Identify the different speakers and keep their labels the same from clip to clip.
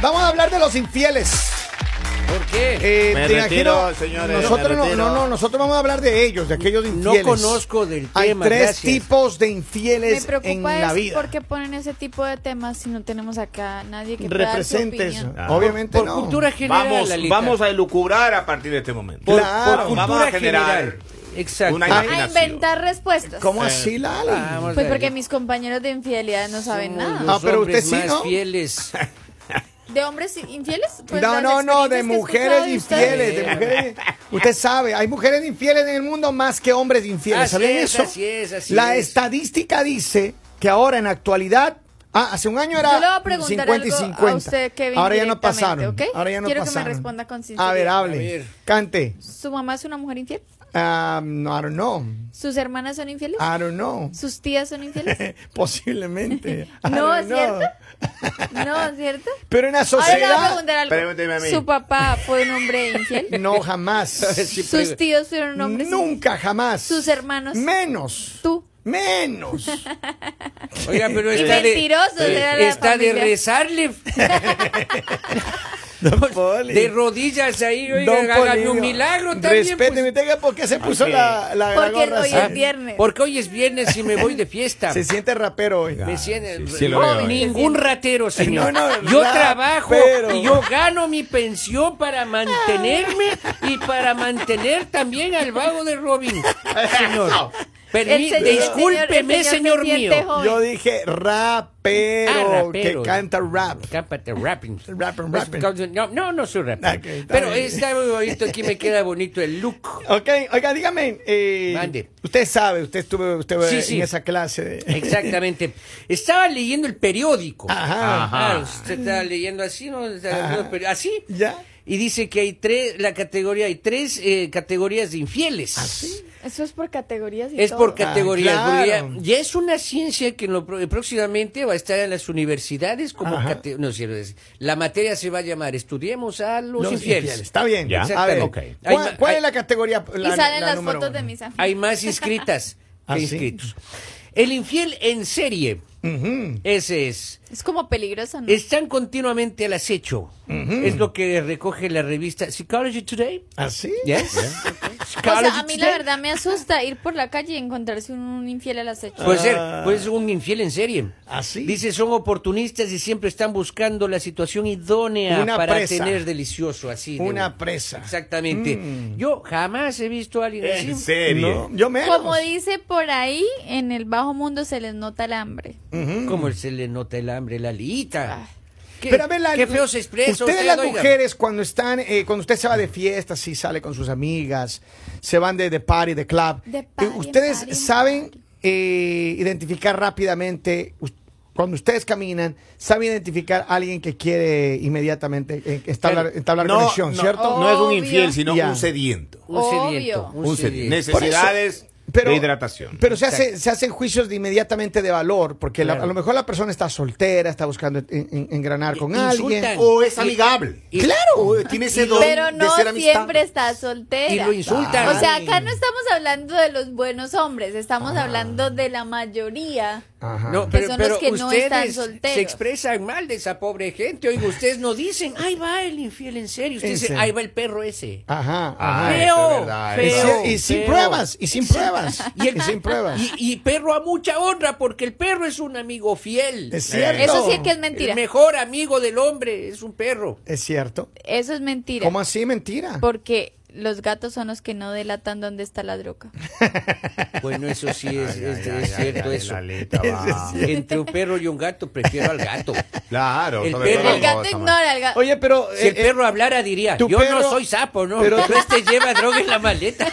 Speaker 1: Vamos a hablar de los infieles.
Speaker 2: ¿Por qué?
Speaker 1: Eh,
Speaker 3: Me
Speaker 1: te
Speaker 3: retiro,
Speaker 1: imagino-
Speaker 3: señores,
Speaker 1: Nosotros
Speaker 3: me
Speaker 1: no,
Speaker 3: retiro.
Speaker 1: no, no, nosotros vamos a hablar de ellos, de aquellos
Speaker 2: No
Speaker 1: infieles.
Speaker 2: conozco del
Speaker 1: Hay
Speaker 2: tema,
Speaker 1: tres
Speaker 2: gracias.
Speaker 1: tipos de
Speaker 4: Me
Speaker 1: infieles
Speaker 4: preocupa
Speaker 1: en la
Speaker 4: es
Speaker 1: vida.
Speaker 4: por qué ponen ese tipo de temas si no tenemos acá nadie que pueda dar su
Speaker 1: Representes,
Speaker 4: opinión.
Speaker 3: Ah.
Speaker 1: obviamente
Speaker 2: Por
Speaker 1: no.
Speaker 2: cultura general,
Speaker 3: Vamos,
Speaker 2: Lalita.
Speaker 3: vamos a elucubrar a partir de este momento.
Speaker 2: por,
Speaker 1: Claro.
Speaker 2: por cultura
Speaker 3: Vamos a generar
Speaker 2: general. Exacto.
Speaker 3: una
Speaker 1: Ay.
Speaker 4: A inventar respuestas.
Speaker 1: Ah, ¿Cómo
Speaker 2: Eh,
Speaker 1: así, Lali?
Speaker 2: Vamos
Speaker 4: Pues
Speaker 2: a
Speaker 4: porque
Speaker 2: ello.
Speaker 4: mis compañeros de infidelidad no saben
Speaker 2: Somos
Speaker 4: nada.
Speaker 1: Ah,
Speaker 2: los
Speaker 1: pero
Speaker 2: hombres
Speaker 1: usted sí,
Speaker 2: más
Speaker 1: ¿no?
Speaker 2: fieles.
Speaker 4: ¿De hombres infieles? Pues
Speaker 1: no,
Speaker 4: las
Speaker 1: no, no, de
Speaker 4: experiencias que he
Speaker 1: mujeres
Speaker 4: escuchado de
Speaker 1: infieles, de
Speaker 2: ustedes.
Speaker 1: mujeres. Usted sabe, hay mujeres infieles en el mundo más que hombres infieles.
Speaker 2: Así
Speaker 1: ¿Sabían
Speaker 2: es,
Speaker 1: eso?
Speaker 2: así es, así
Speaker 1: La
Speaker 2: es.
Speaker 1: estadística dice que ahora en actualidad, ah, hace un año
Speaker 4: Yo le voy
Speaker 1: era
Speaker 4: a preguntar
Speaker 1: 50 y
Speaker 4: algo
Speaker 1: 50.
Speaker 4: a usted, Kevin,
Speaker 1: ahora ya no
Speaker 4: directamente,
Speaker 1: pasaron.
Speaker 4: ¿ok?
Speaker 1: Ahora ya no
Speaker 4: Quiero que me
Speaker 1: pasaron.
Speaker 4: responda con
Speaker 1: A ver,
Speaker 4: sinceridad.
Speaker 1: hable,
Speaker 2: A ver.
Speaker 1: cante.
Speaker 4: ¿Su mamá es una mujer infiel?
Speaker 1: Ah, no, I don't know.
Speaker 4: ¿Sus hermanas son infieles?
Speaker 1: I don't know.
Speaker 4: ¿Sus tías son infieles?
Speaker 1: Posiblemente. I
Speaker 4: No,
Speaker 1: don't
Speaker 4: ¿es
Speaker 1: know.
Speaker 4: ¿cierto? No, ¿es ¿cierto?
Speaker 1: Pero en la
Speaker 4: Ahora le voy a
Speaker 1: sociedad,
Speaker 4: preguntar algo.
Speaker 3: Pregúnteme a mí.
Speaker 4: ¿Su papá fue un hombre infiel?
Speaker 1: no jamás.
Speaker 2: Sí,
Speaker 4: ¿Sus tíos fueron hombres infieles?
Speaker 1: Nunca jamás.
Speaker 4: ¿Sus hermanos?
Speaker 1: Menos.
Speaker 4: ¿Tú?
Speaker 1: Menos.
Speaker 2: Oiga, pero
Speaker 4: Y
Speaker 2: está de,
Speaker 4: mentirosos era la
Speaker 2: está de
Speaker 4: familia.
Speaker 2: rezarle. De rodillas ahí, oiga,
Speaker 1: Don
Speaker 2: hágame un
Speaker 1: Polibio,
Speaker 2: milagro también. pues.
Speaker 1: Respéteme, tenga por qué se puso
Speaker 3: Ok.
Speaker 1: la, la, la
Speaker 4: Porque
Speaker 1: gorra
Speaker 4: hoy
Speaker 1: así.
Speaker 4: es viernes.
Speaker 2: Porque hoy es viernes y me voy de fiesta.
Speaker 1: Se siente rapero hoy.
Speaker 2: Me siento-
Speaker 3: sí, sí lo veo,
Speaker 2: Oh,
Speaker 3: eh.
Speaker 2: ningún ratero, señor.
Speaker 1: No, no,
Speaker 2: yo
Speaker 1: ra-
Speaker 2: trabajo
Speaker 1: pero-
Speaker 2: y yo gano mi pensión para mantenerme y para mantener también al vago de Robin. Señor, Permi-
Speaker 4: El señor- el
Speaker 2: discúlpeme,
Speaker 4: el
Speaker 2: señor,
Speaker 4: se siente
Speaker 2: mío.
Speaker 4: joven.
Speaker 1: Yo dije rapero,
Speaker 2: Ah, rapero.
Speaker 1: que canta rap.
Speaker 2: Cámpate, rapping. Pues,
Speaker 1: Rapping, rapping.
Speaker 2: No, no, no soy rapper.
Speaker 1: Ok, está
Speaker 2: Pero
Speaker 1: bien.
Speaker 2: está muy bonito, aquí me queda bonito el look.
Speaker 1: Ok, oiga, dígame. eh,
Speaker 2: Mande.
Speaker 1: Usted sabe, usted estuvo usted
Speaker 2: Sí,
Speaker 1: en
Speaker 2: sí.
Speaker 1: esa clase. de-
Speaker 2: Exactamente. Estaba leyendo el periódico.
Speaker 1: Ajá.
Speaker 2: Ah, usted estaba leyendo así, ¿no? Estaba
Speaker 1: Ajá.
Speaker 2: leyendo el peri- Así.
Speaker 1: ¿Ya?
Speaker 2: Y dice que hay tres, la categoría, hay tres eh, categorías de infieles.
Speaker 4: Eso es por categorías y
Speaker 2: Es
Speaker 4: todo.
Speaker 2: por categorías,
Speaker 1: Ah,
Speaker 2: porque
Speaker 1: claro.
Speaker 2: ya, ya es una ciencia que en lo pro- próximamente va a estar en las universidades como
Speaker 1: Ajá.
Speaker 2: cate- no, quiero decir, la materia se va a llamar estudiemos a los,
Speaker 1: Los
Speaker 2: infieles.
Speaker 1: infieles. Está bien.
Speaker 3: Ya.
Speaker 1: A ver,
Speaker 2: Ok. Hay
Speaker 1: ¿cuál,
Speaker 2: ma-
Speaker 1: cuál
Speaker 2: hay-
Speaker 1: es la categoría?
Speaker 4: Y
Speaker 1: La,
Speaker 4: salen
Speaker 1: la
Speaker 4: las
Speaker 1: número
Speaker 4: fotos
Speaker 1: uno?
Speaker 4: de mis amigos.
Speaker 2: Hay más inscritas
Speaker 1: ¿Ah,
Speaker 2: que
Speaker 1: sí?
Speaker 2: inscritos. El infiel en serie,
Speaker 1: Ujú.
Speaker 2: ese es.
Speaker 4: Es como peligroso, ¿no?
Speaker 2: Están continuamente al acecho. Es lo que recoge la revista Psychology Today.
Speaker 1: ¿Así?
Speaker 2: Yes.
Speaker 4: O
Speaker 2: Psychology
Speaker 4: sea, a mí la
Speaker 2: Today.
Speaker 4: verdad me asusta ir por la calle y encontrarse un, un infiel al acecho.
Speaker 2: Puede ser,
Speaker 1: Ah.
Speaker 2: puede ser un infiel en serie.
Speaker 1: Así.
Speaker 2: Dice, son oportunistas y siempre están buscando la situación idónea
Speaker 1: Una
Speaker 2: para
Speaker 1: presa.
Speaker 2: tener delicioso así. de
Speaker 1: Una
Speaker 2: un-
Speaker 1: presa. Mm. Eh,
Speaker 2: Exactamente. Yo jamás he visto a alguien
Speaker 3: En
Speaker 2: así.
Speaker 3: serio.
Speaker 1: No, yo menos.
Speaker 4: Como dice por ahí, en el bajo mundo se les nota el hambre.
Speaker 2: Como se le nota el hambre, la
Speaker 4: Ah.
Speaker 2: lita. Qué,
Speaker 1: Pero a ver, la-
Speaker 2: qué feo se expresa.
Speaker 1: Ustedes,
Speaker 2: usted,
Speaker 1: las
Speaker 2: oiga.
Speaker 1: mujeres, cuando están, eh, cuando usted se va de fiesta, sí sale con sus amigas, se van de, de party, de club.
Speaker 4: De
Speaker 1: eh,
Speaker 4: party,
Speaker 1: ustedes
Speaker 4: party,
Speaker 1: saben eh, identificar rápidamente, us- cuando ustedes caminan, saben identificar a alguien que quiere inmediatamente eh, entablar, entablar
Speaker 3: no,
Speaker 1: conexión,
Speaker 3: no,
Speaker 1: ¿cierto?
Speaker 3: No es un
Speaker 4: Obvio.
Speaker 3: infiel, sino
Speaker 1: Ya.
Speaker 3: un sediento.
Speaker 2: Un sediento.
Speaker 4: Obvio.
Speaker 2: un
Speaker 3: Un
Speaker 2: sediento.
Speaker 3: sediento. Necesidades
Speaker 1: Pero-
Speaker 3: de hidratación.
Speaker 1: Pero se, hace- se hacen juicios de inmediatamente de valor, porque la-
Speaker 2: Claro.
Speaker 1: a lo mejor la persona está soltera, está buscando en- en- engranar con
Speaker 2: Insultan.
Speaker 1: alguien.
Speaker 5: O es amigable.
Speaker 2: Y-
Speaker 1: ¡Claro!
Speaker 5: O tiene ese don
Speaker 4: Pero
Speaker 5: de
Speaker 4: no
Speaker 5: ser amistad.
Speaker 4: siempre está soltera.
Speaker 2: Y lo insultan.
Speaker 4: O sea, acá no estamos hablando de los buenos hombres, estamos hablando de la mayoría.
Speaker 1: Ajá.
Speaker 2: No,
Speaker 4: Que
Speaker 2: pero,
Speaker 4: son
Speaker 2: pero
Speaker 4: los que no
Speaker 2: ustedes
Speaker 4: están
Speaker 2: se
Speaker 4: solteros.
Speaker 2: expresan mal de esa pobre gente. Oiga, ustedes no dicen, ahí va el infiel en serio. Ustedes
Speaker 1: En
Speaker 2: dicen,
Speaker 1: serio.
Speaker 2: ahí va el perro ese.
Speaker 1: Ajá.
Speaker 3: Ah,
Speaker 1: ajá.
Speaker 3: eso es
Speaker 2: feo,
Speaker 3: verdad,
Speaker 1: Y,
Speaker 2: feo.
Speaker 1: sin- y sin
Speaker 2: feo.
Speaker 1: pruebas, y sin pruebas.
Speaker 2: Y,
Speaker 1: Y,
Speaker 2: el-
Speaker 1: sin pruebas.
Speaker 2: y- y perro a mucha honra, porque el perro es un amigo fiel.
Speaker 1: es cierto.
Speaker 4: Eso sí que es mentira.
Speaker 2: El mejor amigo del hombre es un perro.
Speaker 1: Es cierto.
Speaker 4: Eso es mentira.
Speaker 1: ¿Cómo así? Mentira.
Speaker 4: Porque los gatos son los que no delatan dónde está la droga.
Speaker 2: Bueno, eso sí es,
Speaker 3: Ay,
Speaker 2: es-
Speaker 3: ay,
Speaker 2: es
Speaker 3: ay,
Speaker 2: cierto
Speaker 3: ay,
Speaker 2: eso.
Speaker 3: la Lita, va.
Speaker 2: Entre un perro y un gato, prefiero al gato.
Speaker 3: Claro.
Speaker 2: El
Speaker 3: sobre
Speaker 2: perro-
Speaker 3: todo
Speaker 4: El
Speaker 2: Pero-
Speaker 3: la
Speaker 4: gato
Speaker 3: cosa, man.
Speaker 4: ignora al gato.
Speaker 1: Oye, pero.
Speaker 2: Si
Speaker 1: eh,
Speaker 2: el
Speaker 1: eh,
Speaker 2: perro hablara, diría,
Speaker 1: tu
Speaker 2: yo no
Speaker 1: perro-
Speaker 2: soy sapo, ¿no?
Speaker 1: pero-
Speaker 2: Pero este lleva droga en la maleta.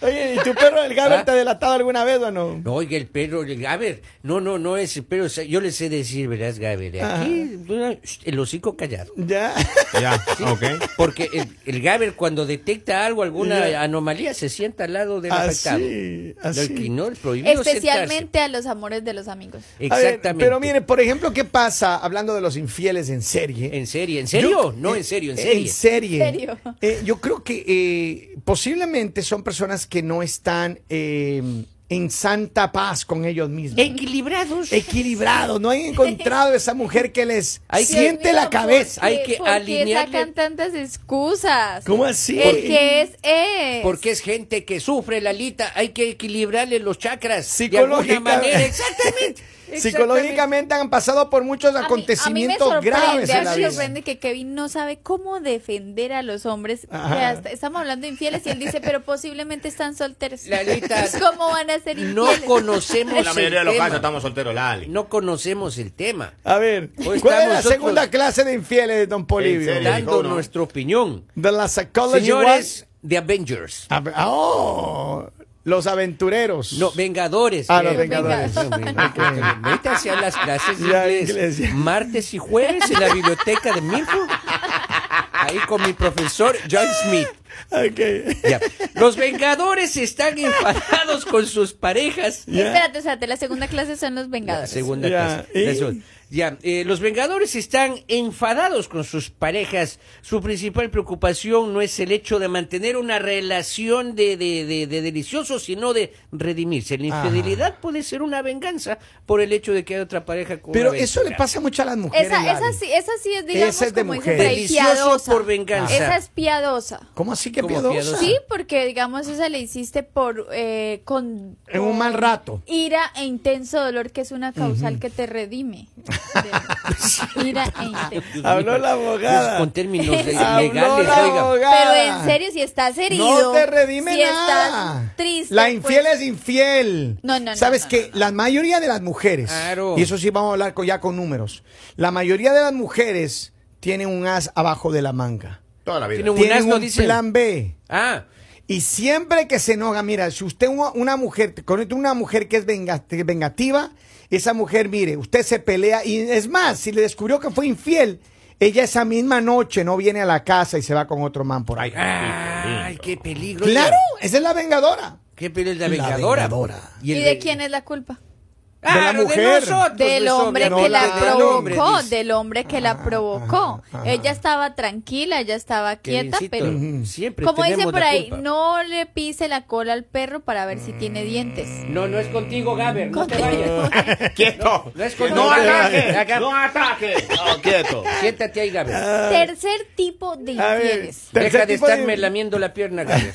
Speaker 1: oye, ¿y tu perro del
Speaker 2: ¿Ah?
Speaker 1: gato te ha delatado alguna vez o no?
Speaker 2: No, Oiga, el perro, el- a ver, no, no, no es el perro, o sea, yo le sé decir, verás, Gaber, aquí, shh, el hocico callado.
Speaker 1: Ya.
Speaker 3: Ya, ok.
Speaker 2: Porque el, el Gaber cuando detecta algo, alguna anomalía, se sienta al lado del afectado.
Speaker 1: Así.
Speaker 2: Lo que
Speaker 1: así.
Speaker 2: no, el prohibido
Speaker 4: Especialmente a los amores de los amigos.
Speaker 2: sentarse.
Speaker 1: A ver,
Speaker 2: Exactamente.
Speaker 1: pero mire, por ejemplo, ¿qué pasa hablando de los infieles en serie?
Speaker 2: En serie, ¿en serio?
Speaker 1: Yo- eh,
Speaker 2: no, en serio, en
Speaker 1: En
Speaker 2: serie.
Speaker 1: serie.
Speaker 4: ¿En serio?
Speaker 1: Eh, yo creo que eh, posiblemente son personas que no están eh, en santa paz con ellos mismos.
Speaker 2: Equilibrados.
Speaker 1: Equilibrado, no han encontrado esa mujer que les
Speaker 2: Hay que-
Speaker 1: siente la cabeza.
Speaker 2: Hay que alinearle-
Speaker 4: alinear. sacan tantas excusas?
Speaker 1: ¿Cómo así?
Speaker 4: El que es es.
Speaker 2: Porque es gente que sufre, Lalita. Hay que equilibrarle los chakras. De
Speaker 1: Psicológica-
Speaker 2: alguna manera, exactamente.
Speaker 1: Psicológicamente han pasado por muchos
Speaker 4: A mí-
Speaker 1: acontecimientos
Speaker 4: a mí me
Speaker 1: graves
Speaker 4: sorprende,
Speaker 1: en
Speaker 4: a
Speaker 1: la
Speaker 4: mí me
Speaker 1: vida.
Speaker 4: sorprende que Kevin no sabe cómo defender a los hombres. que
Speaker 1: Ajá.
Speaker 4: hasta- estamos hablando de infieles y él dice, pero posiblemente están solteros.
Speaker 2: Lalita,
Speaker 4: Pues, ¿Cómo van a ser
Speaker 2: No
Speaker 4: infieles?
Speaker 2: conocemos
Speaker 3: La
Speaker 2: el
Speaker 3: mayoría de los casos
Speaker 2: tema.
Speaker 3: estamos solteros, Lali.
Speaker 2: No conocemos el tema.
Speaker 1: A ver, ¿cuál
Speaker 2: Hoy
Speaker 1: es la
Speaker 2: estamos nosotros-
Speaker 1: segunda clase de infieles, don Polivio?
Speaker 3: serio?
Speaker 1: De
Speaker 2: Dando
Speaker 3: no.
Speaker 2: nuestra opinión.
Speaker 1: la psychology
Speaker 2: Señores de Avengers.
Speaker 1: what? A ver, oh, los aventureros.
Speaker 2: No, Vengadores.
Speaker 1: Ah,
Speaker 2: creo.
Speaker 1: los Vengadores.
Speaker 2: Vengadores. Métanse a las clases de
Speaker 1: Ya,
Speaker 2: inglés.
Speaker 1: inglés, ya.
Speaker 2: Martes y jueves en la biblioteca de Milford. Ahí con mi profesor John Smith.
Speaker 1: Ok.
Speaker 2: Ya. Los Vengadores están enfadados con sus parejas.
Speaker 1: Ya.
Speaker 4: Espérate, espérate, la segunda clase son los vengadores.
Speaker 2: La segunda
Speaker 1: Ya,
Speaker 2: clase.
Speaker 1: ¿y?
Speaker 2: La segunda. Ya, eh, los Vengadores están enfadados con sus parejas. Su principal preocupación no es el hecho de mantener una relación de, de, de- de delicioso, sino de redimirse. La
Speaker 1: Ah.
Speaker 2: infidelidad puede ser una venganza por el hecho de que hay otra pareja con
Speaker 1: Pero
Speaker 2: una
Speaker 1: eso le
Speaker 2: venganza.
Speaker 1: pasa mucho a las mujeres.
Speaker 4: Esa, esa
Speaker 1: Lali.
Speaker 4: sí, esa sí es, digamos,
Speaker 1: Esa es de
Speaker 4: como dicen
Speaker 1: mujer.
Speaker 4: por ahí,
Speaker 2: Delicioso
Speaker 4: piadosa.
Speaker 2: por venganza.
Speaker 4: Esa es piadosa.
Speaker 1: ¿Cómo así que
Speaker 2: Como
Speaker 1: piadosa?
Speaker 2: piadosa.
Speaker 4: Sí, porque digamos esa le hiciste por eh, con,
Speaker 1: En un mal rato.
Speaker 4: Ira e intenso dolor que es una causal que te redime. De- ira e intenso.
Speaker 2: Dios
Speaker 1: Habló
Speaker 2: mío.
Speaker 1: la abogada.
Speaker 2: Pues, Con términos de-
Speaker 1: Habló
Speaker 2: legales,
Speaker 1: la
Speaker 2: oiga.
Speaker 1: abogada.
Speaker 4: Pero en serio, si estás herido,
Speaker 1: No te redime
Speaker 4: si
Speaker 1: nada.
Speaker 4: estás triste,
Speaker 1: La infiel
Speaker 4: pues,
Speaker 1: es infiel.
Speaker 4: No, no, no,
Speaker 1: Sabes
Speaker 4: no,
Speaker 1: que
Speaker 4: no, no.
Speaker 1: la mayoría de las mujeres,
Speaker 2: Claro.
Speaker 1: y eso sí vamos a hablar con, ya con números, la mayoría de las mujeres tienen un as abajo de la manga.
Speaker 3: Toda la
Speaker 2: Tiene
Speaker 3: vida.
Speaker 2: un as,
Speaker 1: tienen
Speaker 2: no
Speaker 1: un
Speaker 2: dicen.
Speaker 1: plan B.
Speaker 2: Ah,
Speaker 1: Y siempre que se enoja, mira, si usted una- una mujer, conecta una mujer que es venga- que es vengativa, esa mujer, mire, usted se pelea y es más, si le descubrió que fue infiel, ella esa misma noche no viene a la casa y se va con otro man por ahí.
Speaker 2: ay, qué peligro.
Speaker 1: Claro, esa es la vengadora.
Speaker 2: Qué peligro es la
Speaker 1: La
Speaker 2: vengadora.
Speaker 1: vengadora.
Speaker 4: ¿Y,
Speaker 2: el-
Speaker 4: de quién es la culpa?
Speaker 1: De la
Speaker 2: Claro,
Speaker 1: mujer.
Speaker 2: nosotros,
Speaker 4: Del
Speaker 2: pues,
Speaker 4: hombre
Speaker 1: no
Speaker 4: que
Speaker 1: la-
Speaker 4: la
Speaker 1: del hombre, Ah,
Speaker 4: provocó,
Speaker 2: dice.
Speaker 4: del hombre que la provocó.
Speaker 1: ajá.
Speaker 4: Ella estaba tranquila, ella estaba
Speaker 2: Qué
Speaker 4: quieta, pero
Speaker 2: biencito, siempre
Speaker 4: como
Speaker 2: tenemos
Speaker 4: dicen por
Speaker 2: la
Speaker 4: ahí,
Speaker 2: culpa.
Speaker 4: no le pise la cola al perro para ver si tiene dientes.
Speaker 2: No, no es contigo, Gaber, no te
Speaker 4: Contigo.
Speaker 2: vayas.
Speaker 3: Quieto.
Speaker 2: No es con-
Speaker 3: No ataque.
Speaker 2: Acá.
Speaker 3: No ataque. No, quieto.
Speaker 2: Siéntate ahí, Gaber.
Speaker 4: Tercer tipo de
Speaker 1: A ver,
Speaker 4: infieles.
Speaker 2: Deja
Speaker 1: Ah, Tercer
Speaker 2: de
Speaker 1: tipo de-
Speaker 2: estarme lamiendo la pierna, Gaber.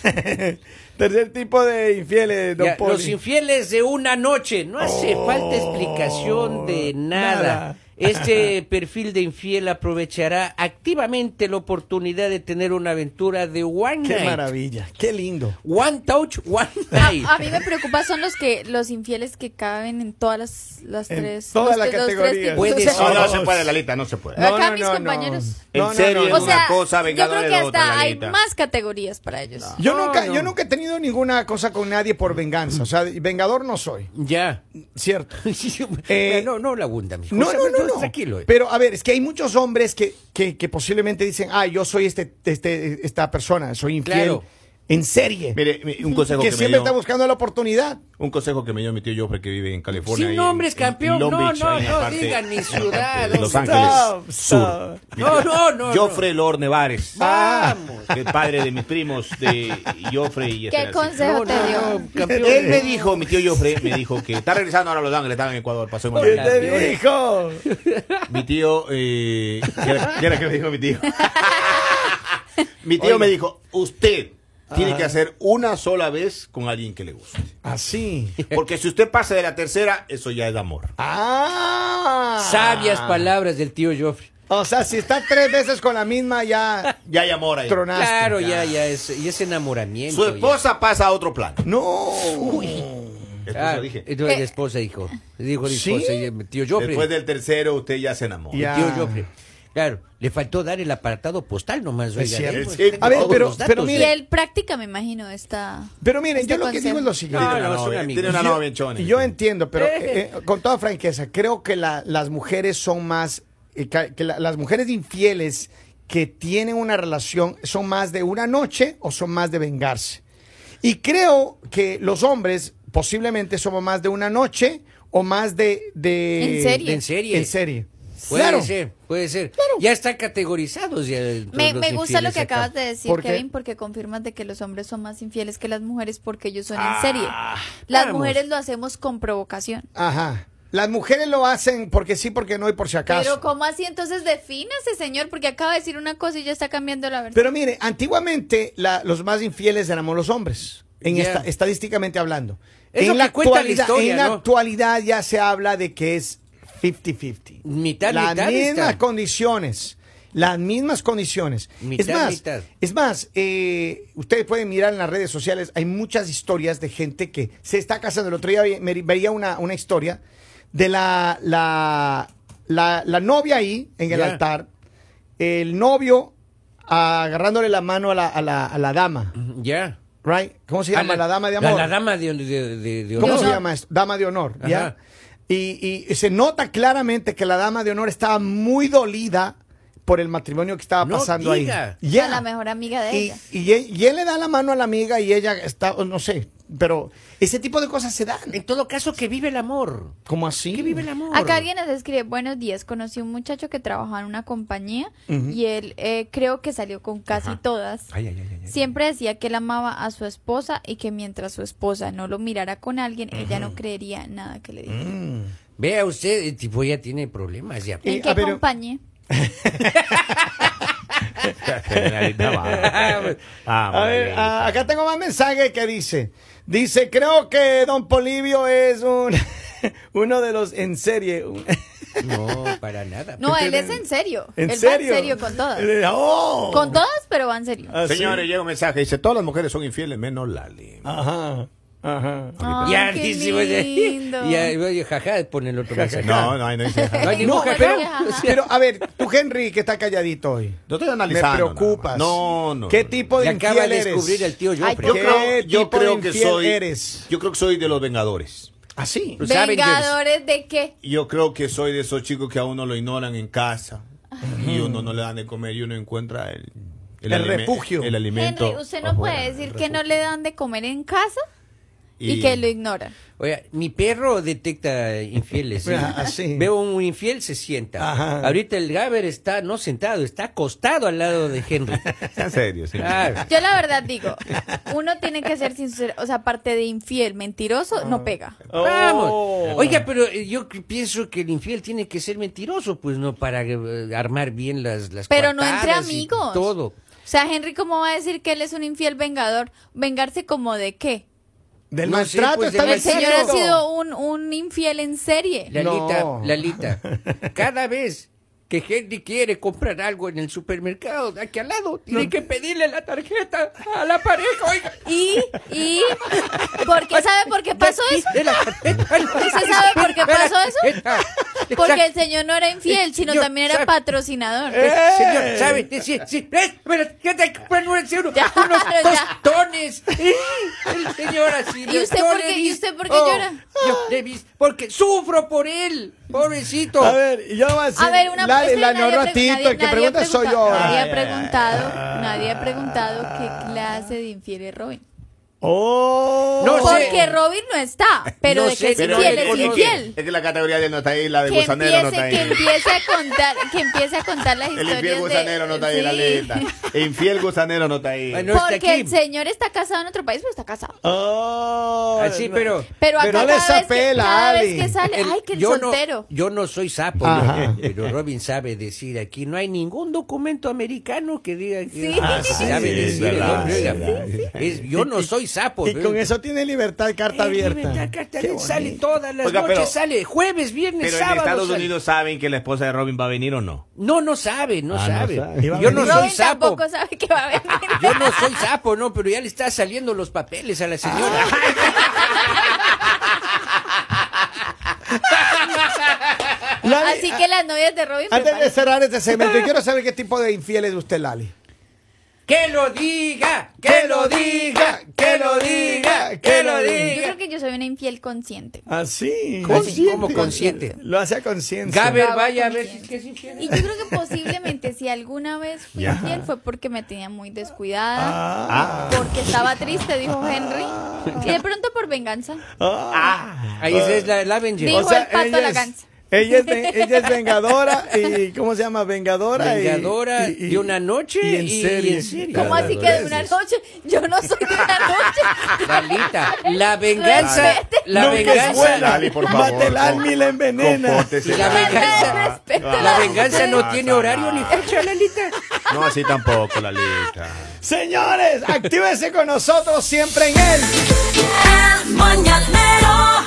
Speaker 1: Tercer tipo de infieles, don
Speaker 2: Ya,
Speaker 1: Poli. Oh,
Speaker 2: los infieles de una noche. No hace falta explicación de nada.
Speaker 1: nada.
Speaker 2: Este perfil de infiel aprovechará activamente la oportunidad de tener una aventura de one
Speaker 1: Qué
Speaker 2: night.
Speaker 1: maravilla, qué lindo.
Speaker 2: One touch, one night.
Speaker 4: A, a mí me preocupa son los que los infieles que caben en todas las, las
Speaker 1: En
Speaker 4: tres
Speaker 1: todas
Speaker 4: los
Speaker 1: las
Speaker 4: que- los tres
Speaker 1: categorías.
Speaker 4: tipos.
Speaker 2: Puede
Speaker 4: O sea,
Speaker 2: ser.
Speaker 3: No, no
Speaker 1: Todos.
Speaker 3: se puede, Lalita, no se puede.
Speaker 4: Acá mis compañeros.
Speaker 3: En serio,
Speaker 4: o
Speaker 3: es una
Speaker 4: sea,
Speaker 3: cosa,
Speaker 4: yo
Speaker 3: vengadores
Speaker 4: creo que
Speaker 3: de otra,
Speaker 4: hasta hay
Speaker 3: Lalita.
Speaker 4: más categorías para ellos.
Speaker 1: Yo
Speaker 2: No,
Speaker 1: nunca,
Speaker 2: no.
Speaker 1: yo nunca he tenido ninguna cosa con nadie por venganza. O sea, vengador no soy,
Speaker 2: Ya.
Speaker 1: cierto. Eh,
Speaker 2: Eh, no, no la abunda, mijo.
Speaker 1: No,
Speaker 2: O sea,
Speaker 1: no, no, no.
Speaker 2: Tranquilo. eh.
Speaker 1: Pero a ver, es que hay muchos hombres que, que, que posiblemente dicen, ah, yo soy este, este, esta persona, soy infiel
Speaker 2: Claro.
Speaker 1: en serie.
Speaker 3: Mire, mi- un consejo
Speaker 1: que
Speaker 3: que, me
Speaker 1: siempre
Speaker 3: dio,
Speaker 1: está buscando la oportunidad.
Speaker 3: un consejo que me dio mi tío Joffre que vive en California.
Speaker 2: Sin
Speaker 3: ahí
Speaker 2: nombres,
Speaker 3: en- en
Speaker 2: campeón.
Speaker 3: Long
Speaker 2: No,
Speaker 3: Beach,
Speaker 2: no,
Speaker 3: ahí en
Speaker 2: no
Speaker 3: parte-
Speaker 2: digan mi
Speaker 3: en parte
Speaker 2: ciudad,
Speaker 3: de Los
Speaker 2: stop,
Speaker 3: Ángeles
Speaker 1: stop.
Speaker 3: Sur. Mira,
Speaker 2: No, no, no, no.
Speaker 3: Joffre Lord Nevares.
Speaker 1: Ah.
Speaker 2: Vamos.
Speaker 3: El padre de mis primos, de Joffre y
Speaker 4: ¿Qué
Speaker 3: Esperanza.
Speaker 4: consejo
Speaker 2: No, no,
Speaker 4: te dio?
Speaker 2: no, campeón.
Speaker 3: Él me dijo, mi tío Joffre, me dijo que está regresando ahora a Los Ángeles, estaba en Ecuador, pasó en
Speaker 1: ¿Qué
Speaker 2: Hola,
Speaker 1: te
Speaker 3: Miami.
Speaker 2: Dios.
Speaker 1: dijo?
Speaker 3: Mi tío, eh, ¿qué, era, qué era que me dijo mi tío? mi tío
Speaker 1: Oiga.
Speaker 3: me dijo, usted tiene que hacer una sola vez con alguien que le guste.
Speaker 1: Así.
Speaker 3: Porque si usted pasa de la tercera, eso ya es amor.
Speaker 1: Ah.
Speaker 2: Sabias palabras del tío Joffre.
Speaker 1: O sea, si está tres veces con la misma, ya
Speaker 3: Ya hay amor ahí.
Speaker 1: tronaste.
Speaker 2: Claro, ya, ya, es, y es enamoramiento.
Speaker 3: Su
Speaker 2: ya.
Speaker 3: esposa pasa a otro plan.
Speaker 1: No.
Speaker 3: Esposa,
Speaker 2: Ah,
Speaker 3: dije.
Speaker 2: eh, no, la esposa dijo. Dijo la
Speaker 1: ¿Sí?
Speaker 2: esposa, y, eh, tío Joffre.
Speaker 3: Después del tercero, usted ya se enamora.
Speaker 1: Ya.
Speaker 2: Tío Joffre. Claro, le faltó dar el apartado postal nomás. oiga,
Speaker 1: cierto.
Speaker 2: ahí, pues,
Speaker 3: Sí,
Speaker 2: tengo
Speaker 3: a ver,
Speaker 2: todos
Speaker 1: pero-
Speaker 2: los datos,
Speaker 1: pero
Speaker 2: ¿eh?
Speaker 4: Y
Speaker 1: mire-
Speaker 4: él practica, me imagino, esta.
Speaker 1: Pero miren,
Speaker 4: este
Speaker 1: yo lo que
Speaker 4: consejo.
Speaker 1: digo Ah, es lo siguiente.
Speaker 2: No,
Speaker 3: Tiene
Speaker 2: no,
Speaker 3: una
Speaker 2: es un
Speaker 3: novia-
Speaker 2: amigo.
Speaker 3: Tiene una
Speaker 1: Yo-
Speaker 3: novia bichona.
Speaker 1: Yo entiendo, pero eh, eh, con toda franqueza, creo que la- las mujeres son más, eh, ca- que la- las mujeres infieles que tienen una relación son más de una noche o son más de vengarse. Y creo que los hombres posiblemente somos más de una noche o más de... de
Speaker 4: En serie.
Speaker 2: En serie.
Speaker 1: En serie.
Speaker 2: Puede
Speaker 1: Claro.
Speaker 2: ser, puede ser. Ya están categorizados. ya los-
Speaker 4: Me,
Speaker 2: los
Speaker 4: me gusta lo
Speaker 2: infieles
Speaker 4: que
Speaker 2: acá.
Speaker 4: acabas de decir,
Speaker 1: ¿Por qué?
Speaker 4: Kevin, porque confirmas de que los hombres son más infieles que las mujeres porque ellos son
Speaker 3: Ah,
Speaker 4: en serie. Las
Speaker 2: vamos.
Speaker 4: mujeres lo hacemos con provocación.
Speaker 1: Ajá. Las mujeres lo hacen porque sí, porque no y por si acaso.
Speaker 4: Pero ¿cómo así? Entonces defínase, señor, porque acaba de decir una cosa y ya está cambiando la verdad.
Speaker 1: Pero mire, antiguamente la- los más infieles éramos los hombres, en
Speaker 2: Ya.
Speaker 1: esta- estadísticamente hablando.
Speaker 2: Es lo
Speaker 1: en la,
Speaker 2: que cuenta la
Speaker 1: actualidad,
Speaker 2: historia,
Speaker 1: en la
Speaker 2: ¿no?
Speaker 1: actualidad ya se habla de que es 50-50.
Speaker 2: Mitad,
Speaker 1: Las
Speaker 2: mitad
Speaker 1: mismas
Speaker 2: está.
Speaker 1: condiciones. Las mismas condiciones.
Speaker 2: Mitad,
Speaker 1: es más,
Speaker 2: mitad.
Speaker 1: es más eh, ustedes pueden mirar en las redes sociales, hay muchas historias de gente que se está casando. El otro día vi- me- veía una, una historia de la, la, la, la novia ahí en el
Speaker 2: Ya.
Speaker 1: altar, el novio agarrándole la mano a la, a la, a la dama,
Speaker 2: Ya.
Speaker 1: right? ¿Cómo se llama?
Speaker 2: Ah,
Speaker 1: La, dama de amor.
Speaker 2: La, la dama de, de- de- de
Speaker 1: ¿Cómo
Speaker 2: honor.
Speaker 1: se
Speaker 4: honor.
Speaker 1: llama esto? Dama de honor, ¿ya?
Speaker 2: Ajá.
Speaker 1: Y, y se nota claramente que la dama de honor estaba muy dolida por el matrimonio que estaba
Speaker 2: No
Speaker 1: pasando
Speaker 2: diga.
Speaker 1: ahí. Ya.
Speaker 4: A la mejor amiga de
Speaker 1: Y,
Speaker 4: ella.
Speaker 1: y él, y él le da la mano a la amiga y ella está, no sé, pero ese tipo de cosas se dan.
Speaker 2: En todo caso, que vive el amor.
Speaker 1: ¿Cómo así?
Speaker 2: Que vive el amor.
Speaker 4: Acá alguien nos escribe, buenos días, conocí un muchacho que trabajaba en una compañía y él eh, creo que salió con casi todas.
Speaker 3: Ay, ay, ay, ay, ay.
Speaker 4: Siempre decía que él amaba a su esposa y que mientras su esposa no lo mirara con alguien, ella no creería nada que le dijera.
Speaker 1: Mm.
Speaker 2: Vea usted, el tipo ya tiene problemas. Ya.
Speaker 1: Eh,
Speaker 4: ¿En qué
Speaker 1: a ver,
Speaker 4: compañía?
Speaker 3: Generalita, vamos. Vamos,
Speaker 1: A ver, ah,
Speaker 3: Generalita.
Speaker 1: a- acá tengo más mensaje que dice. Dice, creo que Don Polivio es un uno de los en serie. un-
Speaker 2: No, para nada.
Speaker 4: No, él es en serio.
Speaker 1: ¿En
Speaker 4: él
Speaker 1: serio?
Speaker 4: va en serio con todas.
Speaker 1: Eh, oh.
Speaker 4: Con todas, pero va en serio.
Speaker 1: Ah, sí.
Speaker 3: Señores, llega un mensaje. Dice, todas las mujeres son infieles, menos Lali.
Speaker 1: Ajá. Ajá.
Speaker 4: Ay,
Speaker 2: Ah, Ya,
Speaker 4: qué
Speaker 2: dice, oye,
Speaker 4: lindo.
Speaker 2: Ya, oye, jaja, pone el otro
Speaker 1: Ah,
Speaker 2: mensaje.
Speaker 3: No, no, ahí no dice.
Speaker 2: No hay ningún
Speaker 4: No,
Speaker 2: jajero.
Speaker 4: bueno, que jaja.
Speaker 1: Pero a ver, tú Henry que está calladito hoy.
Speaker 3: No estoy analizando.
Speaker 1: Me
Speaker 3: nada más.
Speaker 1: preocupas.
Speaker 3: No, no.
Speaker 1: ¿Qué
Speaker 3: no,
Speaker 1: tipo
Speaker 2: Le
Speaker 1: de
Speaker 2: acaba
Speaker 1: infiel
Speaker 2: de
Speaker 1: eres?
Speaker 2: descubrir el tío
Speaker 4: Ay,
Speaker 2: Joffre.
Speaker 3: Yo
Speaker 1: ¿Qué
Speaker 3: creo, yo
Speaker 1: tipo
Speaker 3: creo
Speaker 1: de
Speaker 3: que
Speaker 1: infiel
Speaker 3: soy.
Speaker 1: eres?
Speaker 3: Yo creo que soy de los Vengadores.
Speaker 1: Así.
Speaker 2: Los Avengers.
Speaker 4: ¿Vengadores de qué?
Speaker 3: Yo creo que soy de esos chicos que a uno lo ignoran en casa y uno no le dan de comer y uno encuentra el,
Speaker 1: El
Speaker 3: alime-
Speaker 1: refugio.
Speaker 3: El alimento.
Speaker 4: Henry, usted no
Speaker 3: afuera,
Speaker 4: puede decir
Speaker 3: el
Speaker 4: que no
Speaker 3: refugio.
Speaker 4: le dan de comer en casa y,
Speaker 3: Y-
Speaker 4: que lo ignoran.
Speaker 2: Oye, mi perro detecta infieles. ¿sí?
Speaker 1: Ah, así.
Speaker 2: Veo un infiel, se sienta.
Speaker 1: Ajá.
Speaker 2: Ahorita el Gaber está no sentado, está acostado al lado de Henry.
Speaker 3: Está en serio, sí.
Speaker 2: Claro.
Speaker 4: Yo la verdad digo, uno tiene que ser sincero, o sea, aparte de infiel, mentiroso,
Speaker 2: Ah,
Speaker 4: no pega.
Speaker 2: Vamos.
Speaker 1: Oh.
Speaker 2: Oiga, pero eh, yo que pienso que el infiel tiene que ser mentiroso, pues no, para eh, armar bien las las
Speaker 4: Pero no entre
Speaker 2: coartadas pues y
Speaker 4: amigos.
Speaker 2: Todo.
Speaker 4: O sea, Henry, ¿cómo va a decir que él es un infiel vengador? ¿Vengarse como de qué?
Speaker 1: Del
Speaker 2: No sé,
Speaker 1: maltrato
Speaker 2: pues,
Speaker 1: está
Speaker 2: del
Speaker 4: El señor ha
Speaker 2: maltrato.
Speaker 4: sido un, un infiel en serie.
Speaker 2: Lalita,
Speaker 1: No.
Speaker 2: Lalita, cada vez que Henry quiere comprar algo en el supermercado de aquí al lado, tiene que pedirle la tarjeta a la pareja. Oiga.
Speaker 4: Y, y, ¿por qué sabe por qué pasó eso?
Speaker 2: De la tarjeta a la
Speaker 4: ¿Usted sabe por qué pasó eso?
Speaker 2: tarjeta.
Speaker 4: Porque el
Speaker 2: Exacto.
Speaker 4: señor no era infiel, sino
Speaker 2: Yo-
Speaker 4: también era
Speaker 2: sabe-
Speaker 4: patrocinador.
Speaker 2: Eh, Señor, ¿sabe? Eh, Sí, sí. Eh, pero ¿qué te compran unos, unos
Speaker 4: Ya, ya.
Speaker 2: tostones? Eh, El señor así.
Speaker 4: ¿Y usted
Speaker 2: yo
Speaker 4: por
Speaker 2: le
Speaker 4: qué- y
Speaker 2: vi-
Speaker 4: usted por qué llora?
Speaker 2: Yo le vi- porque sufro por él, pobrecito.
Speaker 1: A ver, yo voy a decir,
Speaker 4: A ver, una
Speaker 1: la,
Speaker 4: es que
Speaker 1: la
Speaker 4: nadie
Speaker 1: no,
Speaker 4: pre-
Speaker 1: ratito,
Speaker 4: nadie-
Speaker 1: el que
Speaker 4: nadie
Speaker 1: pregunta soy yo. Ah. ahora.
Speaker 4: pregunta- Nadie ha preguntado, nadie ha preguntado qué clase de infiel es Robin.
Speaker 1: Oh.
Speaker 2: No sé.
Speaker 4: Porque Robin no está, pero
Speaker 2: No
Speaker 4: de
Speaker 2: sé,
Speaker 4: que es
Speaker 2: pero
Speaker 4: infiel,
Speaker 2: él
Speaker 4: es
Speaker 2: conoce.
Speaker 4: infiel.
Speaker 3: Es que la categoría de él no está ahí, la de
Speaker 4: Que
Speaker 3: gusanero no está
Speaker 4: empiece,
Speaker 3: ahí.
Speaker 4: que empiece a contar, que empiece a contar las
Speaker 3: El
Speaker 4: historias
Speaker 3: infiel gusanero
Speaker 4: de,
Speaker 3: no está ahí, la
Speaker 4: Sí.
Speaker 3: lista. Infiel gusanero no está ahí.
Speaker 2: Bueno, No está
Speaker 4: Porque el
Speaker 2: aquí.
Speaker 4: señor está casado en otro país, pero está casado.
Speaker 1: Oh.
Speaker 2: Así, Ah, pero-
Speaker 4: Pero acá
Speaker 1: no
Speaker 4: cada,
Speaker 1: les
Speaker 4: vez que,
Speaker 1: apela,
Speaker 4: cada vez
Speaker 1: Ali.
Speaker 4: que sale,
Speaker 2: El-
Speaker 4: ay, que el
Speaker 2: yo
Speaker 4: soltero.
Speaker 2: No, yo no soy sapo,
Speaker 1: Ajá.
Speaker 2: yo- pero Robin sabe decir aquí, no hay ningún documento americano que diga que
Speaker 4: Sí. Ah, sí,
Speaker 2: sabe
Speaker 3: es
Speaker 2: decir el
Speaker 3: verdad,
Speaker 2: hombre, oiga,
Speaker 3: es verdad.
Speaker 2: es- yo no soy sapo.
Speaker 1: Y con eso tiene libertad, carta abierta. Qué bonito.
Speaker 2: sale todas las
Speaker 3: Oiga,
Speaker 2: noches,
Speaker 3: pero-
Speaker 2: sale jueves, viernes,
Speaker 3: Pero en
Speaker 2: sábado.
Speaker 3: Estados
Speaker 2: sale.
Speaker 3: Unidos saben que la esposa de Robin va a venir o no.
Speaker 2: No, no sabe, no
Speaker 3: Ah, no
Speaker 2: sabe.
Speaker 3: sabe.
Speaker 1: Iba a
Speaker 2: Yo no
Speaker 1: venir.
Speaker 2: soy
Speaker 4: Robin
Speaker 2: sapo.
Speaker 4: tampoco sabe que va a venir.
Speaker 2: Yo no soy sapo, no, pero ya le está saliendo los papeles a la
Speaker 4: Ah.
Speaker 2: señora.
Speaker 1: Lali,
Speaker 4: Así que las novias de Robin.
Speaker 1: Antes de
Speaker 4: prepárense.
Speaker 1: cerrar este segmento, yo quiero saber qué tipo de infiel es usted, Lali.
Speaker 2: Que lo diga, que lo diga, que lo diga, que lo
Speaker 4: Yo
Speaker 2: diga.
Speaker 4: creo que yo soy una infiel consciente.
Speaker 1: Así.
Speaker 2: Ah, Así como consciente.
Speaker 1: Lo hace a conciencia.
Speaker 2: Gaber,
Speaker 4: Gaber
Speaker 2: vaya a ver
Speaker 4: consciente.
Speaker 2: si es infiel.
Speaker 4: Y yo creo que posiblemente si alguna vez fui
Speaker 3: Ya.
Speaker 4: infiel fue porque me tenía muy descuidada,
Speaker 1: Ah.
Speaker 4: porque estaba triste, dijo Henry. Y de pronto por venganza.
Speaker 1: Ah.
Speaker 2: Ahí es la, la venganza.
Speaker 4: Dijo
Speaker 1: sea,
Speaker 4: el pato
Speaker 1: ella
Speaker 4: la
Speaker 1: es-
Speaker 4: ganza.
Speaker 1: Ella es, ven- ella es vengadora y ¿cómo se llama? Vengadora. y-
Speaker 2: Vengadora
Speaker 1: y- y-
Speaker 2: de una noche
Speaker 1: y en
Speaker 2: y- y
Speaker 1: serie.
Speaker 2: en serie.
Speaker 4: ¿Cómo así que de una noche? Yo no soy de una noche.
Speaker 2: Dalita, la venganza,
Speaker 4: Respete.
Speaker 2: la
Speaker 1: Nunca es
Speaker 2: venganza,
Speaker 1: buena.
Speaker 3: Dali, por favor.
Speaker 1: Mate el alma y la envenena.
Speaker 3: compórtese.
Speaker 2: Y la venganza-
Speaker 4: Respeta
Speaker 2: la venganza no
Speaker 3: Ah,
Speaker 2: tiene
Speaker 3: sana.
Speaker 2: horario ni fecha, Lalita.
Speaker 3: No, así tampoco, Lalita.
Speaker 1: Señores, actívese con nosotros siempre en él.
Speaker 5: El mañanero